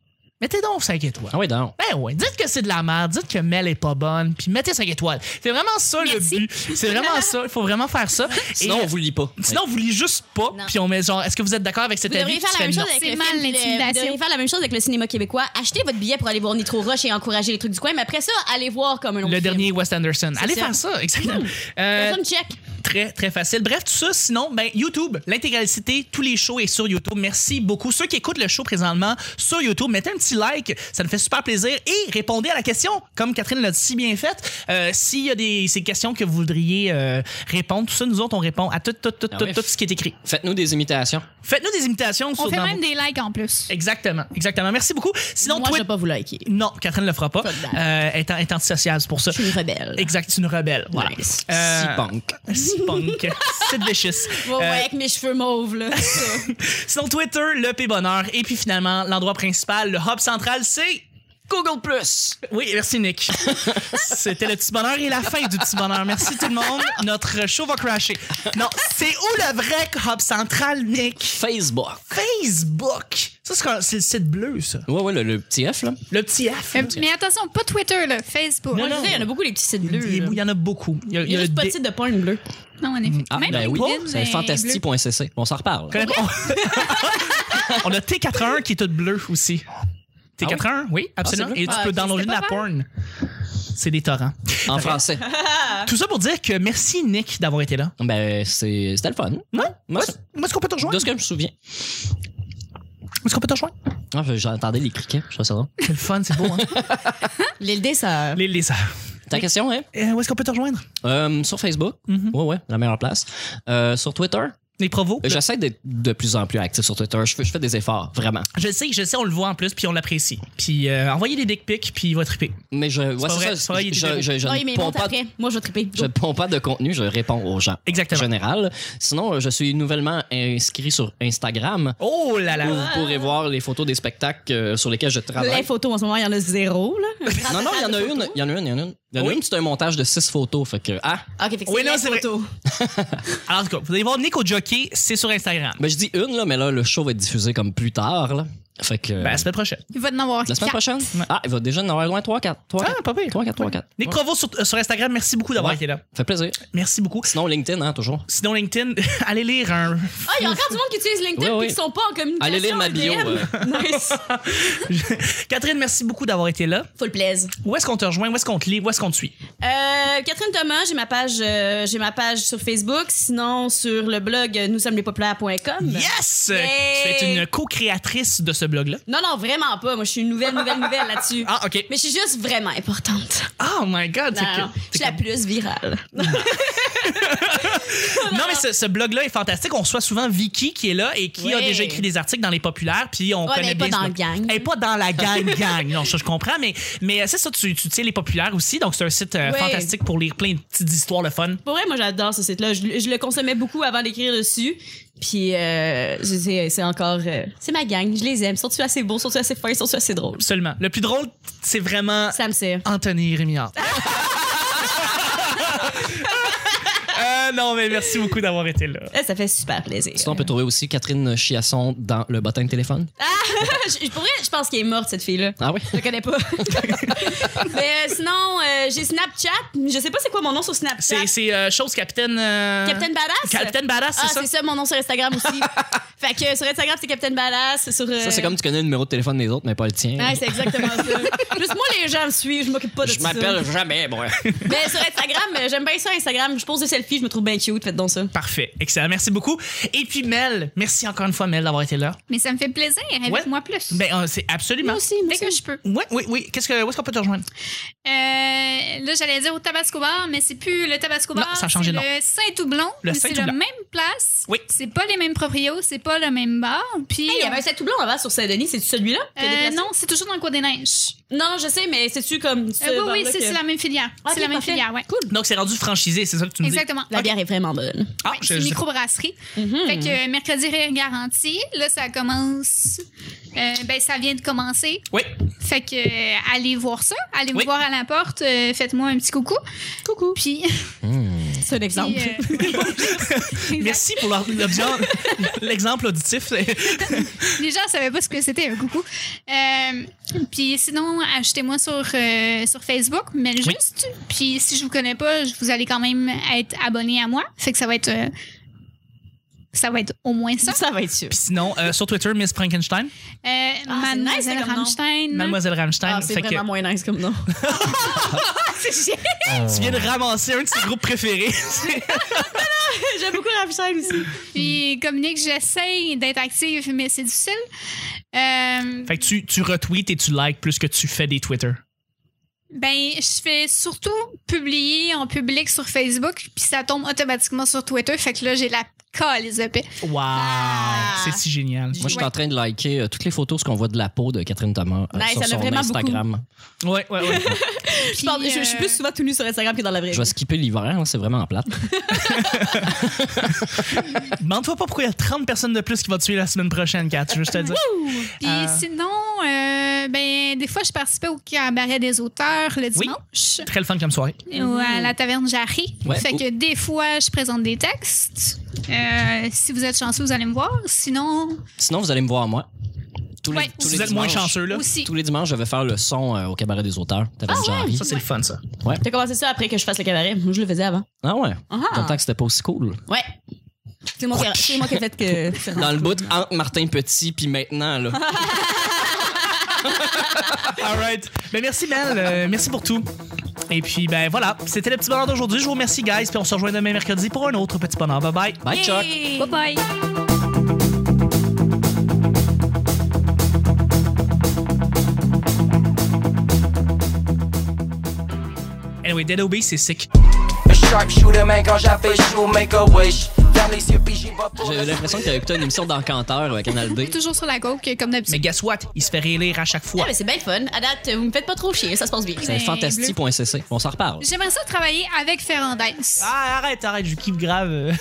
S2: mettez donc 5 étoiles.
S3: Ah oui, donc.
S2: Ben ouais, dites que c'est de la merde, dites que Mel est pas bonne, puis mettez 5 étoiles. C'est vraiment ça
S4: Merci.
S2: le but. C'est vraiment ça. Il faut vraiment faire ça. Et, euh,
S3: Sinon, on vous lit pas.
S2: Sinon, on vous lit juste pas,
S1: Non.
S2: puis on met genre, est-ce que vous êtes d'accord avec cet
S1: Vous
S2: avis?
S1: devriez faire
S2: Puis
S1: la même
S2: tu fais
S1: chose
S2: non.
S1: avec
S4: C'est
S1: le
S4: mal,
S1: film, le- Vous
S4: l'intimidation.
S1: devriez faire la même chose avec le cinéma québécois. Achetez votre billet pour aller voir Nitro Rush et encourager les trucs du coin, mais après ça, allez voir comme un autre
S2: Le
S1: film.
S2: dernier Wes Anderson. Allez
S1: ça.
S2: faire ça, exactement. Euh,
S1: Personne check.
S2: très, très facile. Bref, tout ça, sinon, ben, YouTube, l'intégralité, tous les shows est sur YouTube. Merci beaucoup. Ceux qui écoutent le show présentement sur YouTube, mettez un petit like, ça nous fait super plaisir. Et répondez à la question, comme Catherine l'a si bien faite. Euh, S'il y a des ces questions que vous voudriez euh, répondre, tout ça, nous autres, on répond à tout, tout, tout,
S3: Ah
S2: tout,
S3: ouais.
S2: tout ce qui est écrit.
S3: Faites-nous des imitations.
S2: Faites-nous des imitations
S4: On
S2: sur
S4: fait
S2: dans
S4: même
S2: vos-
S4: des likes en plus.
S2: Exactement, exactement. Merci beaucoup. Sinon,
S5: Moi, je
S2: Twitter-
S5: vais pas vous liker.
S2: Non, Catherine le fera pas.
S5: Fuck that.
S2: Euh, elle est en- elle est antisociale, c'est pour ça.
S5: Je suis une rebelle.
S2: Exact, c'est une rebelle. Voilà.
S5: Nice.
S2: Euh,
S3: Si punk.
S2: si punk. C'est vicious.
S1: Ouais, ouais, avec mes cheveux mauves, là. ça.
S2: Sinon, Twitter, le P Bonheur. Et puis finalement, l'endroit principal, le hub central, c'est.
S3: Google Plus.
S2: Oui, merci Nick. C'était le petit bonheur et la fin du petit bonheur. Merci tout le monde. Notre show va crasher. Non, c'est où le vrai hub central, Nick?
S3: Facebook.
S2: Facebook. Ça, c'est quand- c'est le site bleu, ça.
S3: Ouais, ouais, le, le petit F, là.
S2: Le petit F.
S4: Euh, Mais attention, pas Twitter, là, Facebook.
S2: Non,
S1: Je
S2: non.
S1: veux dire, Il y en a beaucoup, les petits sites bleus.
S2: Il y-
S1: là.
S2: il y en a beaucoup. Il y a,
S1: Il y a
S2: le
S1: juste pas
S2: D-
S1: de site de pointe bleue.
S4: Non, en effet.
S3: Ah,
S4: Même
S3: ben oui.
S2: Oh,
S4: LinkedIn, mais
S3: C'est fantastique.cc. On s'en reparle.
S2: Connais pas- On a T81 qui est toute bleue aussi. T81, oui, absolument.
S3: c'est bleu.
S2: Et tu
S1: Ah,
S2: peux
S1: ok,
S2: downloader de
S4: c'était
S2: la
S4: pas
S2: porn. C'est des torrents.
S3: En français.
S2: Tout ça pour dire que merci Nick d'avoir été là.
S3: Ben, c'est- c'était le fun.
S2: Ouais. Où
S3: Moi,
S2: est-ce où est-ce qu'on peut te
S3: de
S2: rejoindre?
S3: ce que je me souviens.
S2: Où est-ce qu'on peut te rejoindre?
S3: Ah, J'entendais les criquets, je trouve ça drôle.
S2: C'est le fun, c'est beau, hein?
S5: L'île des sœurs.
S2: Les, les
S3: Ta question, hein?
S2: Euh, où est-ce qu'on peut te rejoindre?
S3: Euh, sur Facebook.
S2: Mhm.
S3: Ouais, ouais, la meilleure place. Euh, sur Twitter.
S2: Les provos?
S3: Euh, J'essaie d'être de plus en plus actif sur Twitter. Je fais, je fais des efforts, vraiment.
S2: Je sais, je sais, on le voit en plus, puis on l'apprécie. Puis euh, envoyez des dick pics, puis il va triper.
S3: Mais je. ouais,
S2: pas
S3: c'est
S2: vrai,
S3: ça,
S2: c'est pas vrai, il est
S3: je,
S2: déjà-
S3: je- je
S1: Non,
S3: ne
S1: il
S3: ponds
S1: m'émonte
S3: pas,
S1: après. Moi, je vais triper.
S3: je ne ponds pas de contenu, je réponds aux gens.
S2: Exactement.
S3: En général. Sinon, euh, je suis nouvellement inscrit sur Instagram.
S2: Oh là
S3: Où
S2: là!
S3: vous pourrez voir les photos des spectacles euh, sur lesquels je
S1: Les
S3: travaille.
S1: photos, en ce moment, il y en a zéro, là.
S3: Non, non, il y en a une. Il y en a une, il y en a une. Il y en a
S2: Oui.
S3: une, c'est un montage de six photos. Fait que, ah,
S1: OK, fait que
S2: Oui,
S1: c'est
S2: non,
S1: les
S2: c'est vrai.
S1: photos.
S2: Alors, en tout cas, vous allez voir Nick au jockey, c'est sur Instagram.
S3: ben, je dis une, là, mais là, le show va être diffusé comme plus tard. Là. Fait que.
S2: Ben, la semaine prochaine.
S4: Il va en avoir
S3: La
S4: quatre.
S3: semaine prochaine? Ah, il va déjà en avoir loin 3, 4. 3, 4.
S2: Ah, pas pire.
S3: 3, 4, 3, 4.
S2: Nick Provo sur, euh, sur Instagram, merci beaucoup d'avoir
S3: Ouais.
S2: été là.
S3: Fait plaisir.
S2: Merci beaucoup.
S3: Sinon, LinkedIn, hein, toujours.
S2: Sinon, LinkedIn, allez lire un.
S1: Ah, il y a encore du monde qui utilise LinkedIn
S3: Oui,
S1: et
S3: oui.
S1: qui sont pas en communication.
S3: Allez lire ma bio.
S1: DM.
S3: euh,
S1: Nice.
S2: Catherine, merci beaucoup d'avoir été là.
S1: Faut le plaise.
S2: Où est-ce qu'on te rejoint? Où est-ce qu'on te lit? Où est-ce qu'on te suit?
S1: Euh, Catherine Thomas, j'ai ma page, euh, j'ai ma page sur Facebook, sinon sur le blog euh, nous sommes les
S2: Yes!
S1: Yay!
S2: Tu es une co-créatrice de ce blog-là.
S1: Non, non, vraiment pas. Moi, je suis une nouvelle, nouvelle, nouvelle là-dessus.
S2: Ah, OK.
S1: Mais je suis juste vraiment importante.
S2: Oh my God! c'est
S1: Non, non,
S2: que-
S1: je
S2: c'est
S1: suis la
S2: que-
S1: plus virale.
S2: Non, mais ce, ce blog-là est fantastique. On reçoit souvent Vicky qui est là et qui a
S1: Oui.
S2: déjà écrit des articles dans les populaires, puis on
S1: Ouais, mais
S2: connaît
S1: elle est pas
S2: bien ce
S1: dans
S2: blog.
S1: le gang.
S2: Elle est pas dans la gang, gang. Non, ça, je comprends, mais, mais euh, c'est ça, tu, tu tiens les populaires aussi. Donc, c'est un site euh,
S1: Oui.
S2: fantastique pour lire plein de petites histoires, le fun.
S1: Pour vrai, moi, j'adore ce site-là. Je, je le consommais beaucoup avant d'écrire dessus. Puis, euh, je sais, c'est encore. euh, c'est ma gang. Je les aime. Sont-tu assez beaux? Sont-tu assez fins? Sont-tu assez drôles?
S2: Seulement. Le plus drôle, c'est vraiment
S1: Ça me sert.
S2: Anthony Rémillard. Euh, non, mais merci beaucoup d'avoir été là.
S1: Eh, Ça fait super plaisir.
S3: Sinon, on peut trouver aussi Catherine Chiasson dans le bottin de téléphone.
S1: Je- pour vrai, je pense qu'elle est morte, cette fille-là.
S3: Ah oui?
S1: Je la connais pas. Mais euh, sinon, euh, j'ai Snapchat. Je sais pas c'est quoi mon nom sur Snapchat.
S2: C'est, c'est euh, chose capitaine. euh,
S1: Captain Badass?
S2: Capitaine Badass, c'est
S1: Ah,
S2: ça?
S1: c'est ça mon nom sur Instagram aussi. fait que sur Instagram, c'est Captain Badass. Sur, euh,
S3: Ça, c'est comme tu connais le numéro de téléphone des autres, mais pas le tien.
S1: Ouais, c'est exactement ça. Juste moi, les gens me suivent, je m'occupe pas de
S3: je
S1: tout ça.
S3: m'appelle jamais, moi.
S1: Mais sur Instagram, euh, j'aime bien ça, Instagram. Je pose des selfies, je me trouve bien cute, faites donc ça.
S2: Parfait, excellent, merci beaucoup. Et puis Mel, merci encore une fois Mel d'avoir été là.
S4: Mais ça me fait plaisir, avec
S2: Ouais.
S4: moi plus.
S2: Ben euh, c'est absolument.
S4: Dès que je peux.
S2: Oui, oui, oui. Qu'est-ce que, où est-ce qu'on peut te rejoindre?
S4: Euh, là, j'allais dire au Tabasco Bar, mais c'est plus le Tabasco Bar.
S2: Non, ça a changé
S4: c'est
S2: de nom.
S4: Le Saint-Toublon.
S2: Le
S4: mais c'est la
S2: Saint-Toublon.
S4: même place.
S2: Oui.
S4: C'est pas les mêmes proprios, c'est pas le même bar. Puis.
S1: Hey, il y avait un set tout blanc avant sur Saint-Denis, c'est-tu celui-là?
S4: euh,
S1: T'as déplacé?
S4: non, c'est toujours dans le coin des neiges.
S1: Non, je sais, mais c'est-tu comme. ce
S4: Euh, oui, oui,
S1: bar-là
S4: c'est
S1: que-
S4: c'est la même filière.
S1: Ah, Ok,
S4: c'est la même
S1: parfait.
S4: filière, ouais.
S1: Cool.
S2: Donc c'est rendu franchisé, c'est ça que tu me dis?
S4: Exactement.
S1: La
S2: Ok.
S1: bière bière est vraiment bonne.
S2: Ah,
S4: Ouais,
S2: je-
S4: c'est
S2: je-
S4: microbrasserie. Fait que euh, mercredi rire garanti, là ça commence. euh, ben ça vient de commencer.
S2: Oui.
S4: Fait que euh, allez voir ça, allez
S2: Oui.
S4: me voir à la porte, euh, faites-moi un petit coucou. Coucou. Puis, puis,
S1: C'est un exemple.
S4: euh, exact.
S2: Merci pour leur- l'objet- l'exemple auditif.
S4: les gens savaient pas ce que c'était un coucou. Euh, puis sinon, achetez-moi sur euh, sur Facebook, mais
S2: Oui.
S4: juste. Puis si je vous connais pas, je- vous allez quand même être abonné à moi. Fait que ça va être euh, ça va être au moins ça.
S1: Ça, va être sûr.
S2: Puis sinon, euh, sur Twitter, Miss Frankenstein,
S1: Ah,
S4: Euh,
S1: c'est nice,
S4: Mademoiselle
S1: comme nom.
S4: Rammstein.
S2: Mademoiselle Rammstein.
S1: Ah, c'est
S2: Fait que
S1: vraiment moins nice comme nom. C'est chiant.
S2: tu viens de ramasser un de ses groupes préférés.
S1: J'aime beaucoup Rammstein aussi.
S4: Puis Communique, j'essaye d'être active, mais c'est difficile. Euh,
S2: fait que tu, tu retweets et tu likes plus que tu fais des Twitter.
S4: ben, je fais surtout publier en public sur Facebook, puis ça tombe automatiquement sur Twitter. Fait que là, j'ai la calice de paix.
S2: Wow!
S1: Ah.
S2: C'est si génial.
S3: Moi, je suis en train de liker euh, toutes les photos qu'on voit de la peau de Catherine Thomas euh,
S1: Nice,
S3: sur
S1: elle a
S3: son
S1: vraiment
S3: Instagram.
S2: Ouais, ouais, ouais.
S1: Je, parle- je- je suis
S4: euh,
S1: plus souvent tout nu sur Instagram que dans la vraie
S3: Je vais
S1: vie.
S3: skipper l'hiver, hein, c'est vraiment plate.
S2: Demande-toi pas pourquoi il y a 30 personnes de plus qui vont te suivre la semaine prochaine, Kat. Je veux juste te dire.
S4: Puis
S2: Euh.
S4: sinon, euh, ben, des fois, je participais au cabaret des auteurs le
S2: Oui.
S4: dimanche.
S2: Très le fun comme soirée.
S1: Mhm.
S4: Ou à la taverne Jarry.
S3: Ouais.
S4: Fait
S2: Oh.
S4: que des fois, je présente des textes. Euh, si vous êtes chanceux, vous allez me voir. Sinon,
S3: Sinon, vous allez me voir, moi. Tous les,
S4: Ouais,
S3: tous
S4: vous
S3: les
S2: Vous êtes moins
S3: dimanches-
S2: chanceux, là.
S4: aussi.
S3: Tous les dimanches, je vais faire le son euh, au cabaret des auteurs. Thérèse Jarry.
S2: Ça, c'est le fun, ça.
S1: T'as commencé ça après que je fasse le cabaret. Moi, je le faisais avant.
S3: Ah ouais.
S1: Ah.
S3: J'entends que c'était pas aussi cool.
S1: Ouais. C'est moi, qui- c'est moi qui ai fait que.
S3: Dans le bout entre Martin Petit puis maintenant, là.
S2: All right. Ben, merci, Mel. Euh, merci pour tout. Et puis, ben voilà, c'était le petit bonheur d'aujourd'hui. Je vous remercie, guys. Puis on se rejoint demain mercredi pour un autre petit bonheur. Bye bye.
S3: Bye, Chuck.
S4: Bye bye.
S2: Anyway, Dead Obey, c'est sick.
S6: Sharpshooter, man, quand j'avais chaud, make a wish. Dans les yeux, puis j'y vais pour
S3: J'avais l'impression que t'avais écouté une émission d'encanteur avec Canal D.
S4: Toujours sur la coke, comme d'habitude.
S2: Mais guess what? Il se fait rélire à chaque fois.
S1: Ah, mais c'est bien le fun. À date, vous me faites pas trop chier. Ça se passe bien.
S3: C'est
S4: Mais
S3: fantastique.cc. On s'en reparle.
S4: J'aimerais ça travailler avec Ferrandez.
S2: Ah, arrête, arrête, je kiffe grave.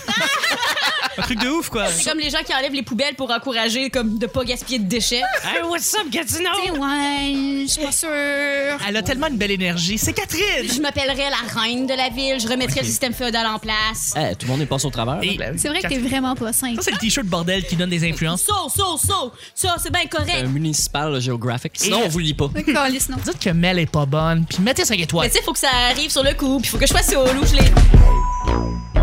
S2: un truc de ouf, quoi.
S1: C'est comme les gens qui enlèvent les poubelles pour encourager comme de pas gaspiller de déchets.
S2: Hey, what's up, Gatineau?
S4: Tu sais, ouais, je suis pas sûre.
S2: Elle a tellement une belle énergie. C'est Catherine!
S1: Je m'appellerais la reine de la ville. Je remettrais le système féodal en place.
S3: Eh, tout le monde est passé au travers.
S2: Et-
S4: C'est vrai que t'es vraiment pas simple.
S2: Ça, c'est le t-shirt bordel qui donne des influences.
S1: So, so, so. Ça, c'est bien
S3: Un
S1: correct.
S3: municipal géographique.
S2: Et-
S3: Sinon, on vous lit pas.
S4: Calice, non.
S2: Dites que Mel est pas bonne, puis mettez 5
S1: Mais
S2: étoiles.
S1: tu sais, faut que ça arrive sur le coup. Puis faut que je sois solo. Je l'ai.